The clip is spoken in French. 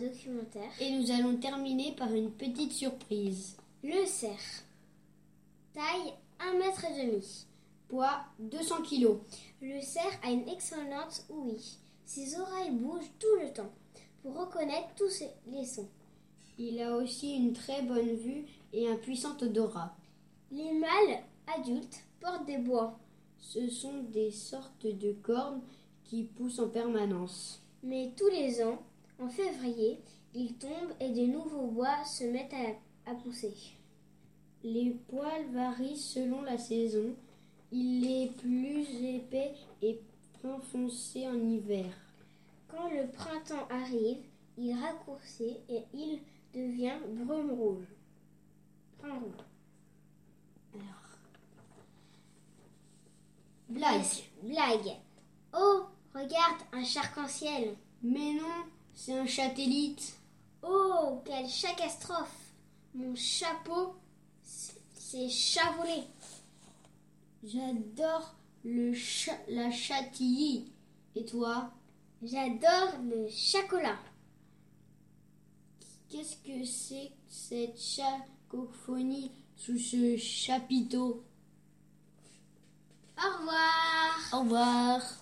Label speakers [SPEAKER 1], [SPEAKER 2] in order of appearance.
[SPEAKER 1] cerf.
[SPEAKER 2] Et nous allons terminer par une petite surprise.
[SPEAKER 1] Le cerf. Taille 1 mètre et demi.
[SPEAKER 2] Poids 200 kg.
[SPEAKER 1] Le cerf a une excellente ouïe. Ses oreilles bougent tout le temps pour reconnaître tous les sons.
[SPEAKER 2] Il a aussi une très bonne vue et un puissant odorat.
[SPEAKER 1] Les mâles adultes portent des bois,
[SPEAKER 2] Ce sont des sortes de cornes qui poussent en permanence.
[SPEAKER 1] mais tous les ans, en février, ils tombent et de nouveaux bois se mettent à, à pousser.
[SPEAKER 2] Les poils varient selon la saison. Il est plus épais et brun foncé en hiver.
[SPEAKER 1] Quand le printemps arrive, il raccourcit et il devient brun rouge. Brun rouge.
[SPEAKER 2] Blague
[SPEAKER 1] Blague. Oh, regarde un charc-en-ciel.
[SPEAKER 2] Mais non, c'est un satellite.
[SPEAKER 1] Oh, quelle catastrophe. Mon chapeau s'est chavolé.
[SPEAKER 2] J'adore le cha- la chatilly. Et toi,
[SPEAKER 1] J'adore le chocolat.
[SPEAKER 2] qu'est-ce que c'est que cette chacophonie sous ce chapiteau
[SPEAKER 1] Au revoir.
[SPEAKER 2] Au revoir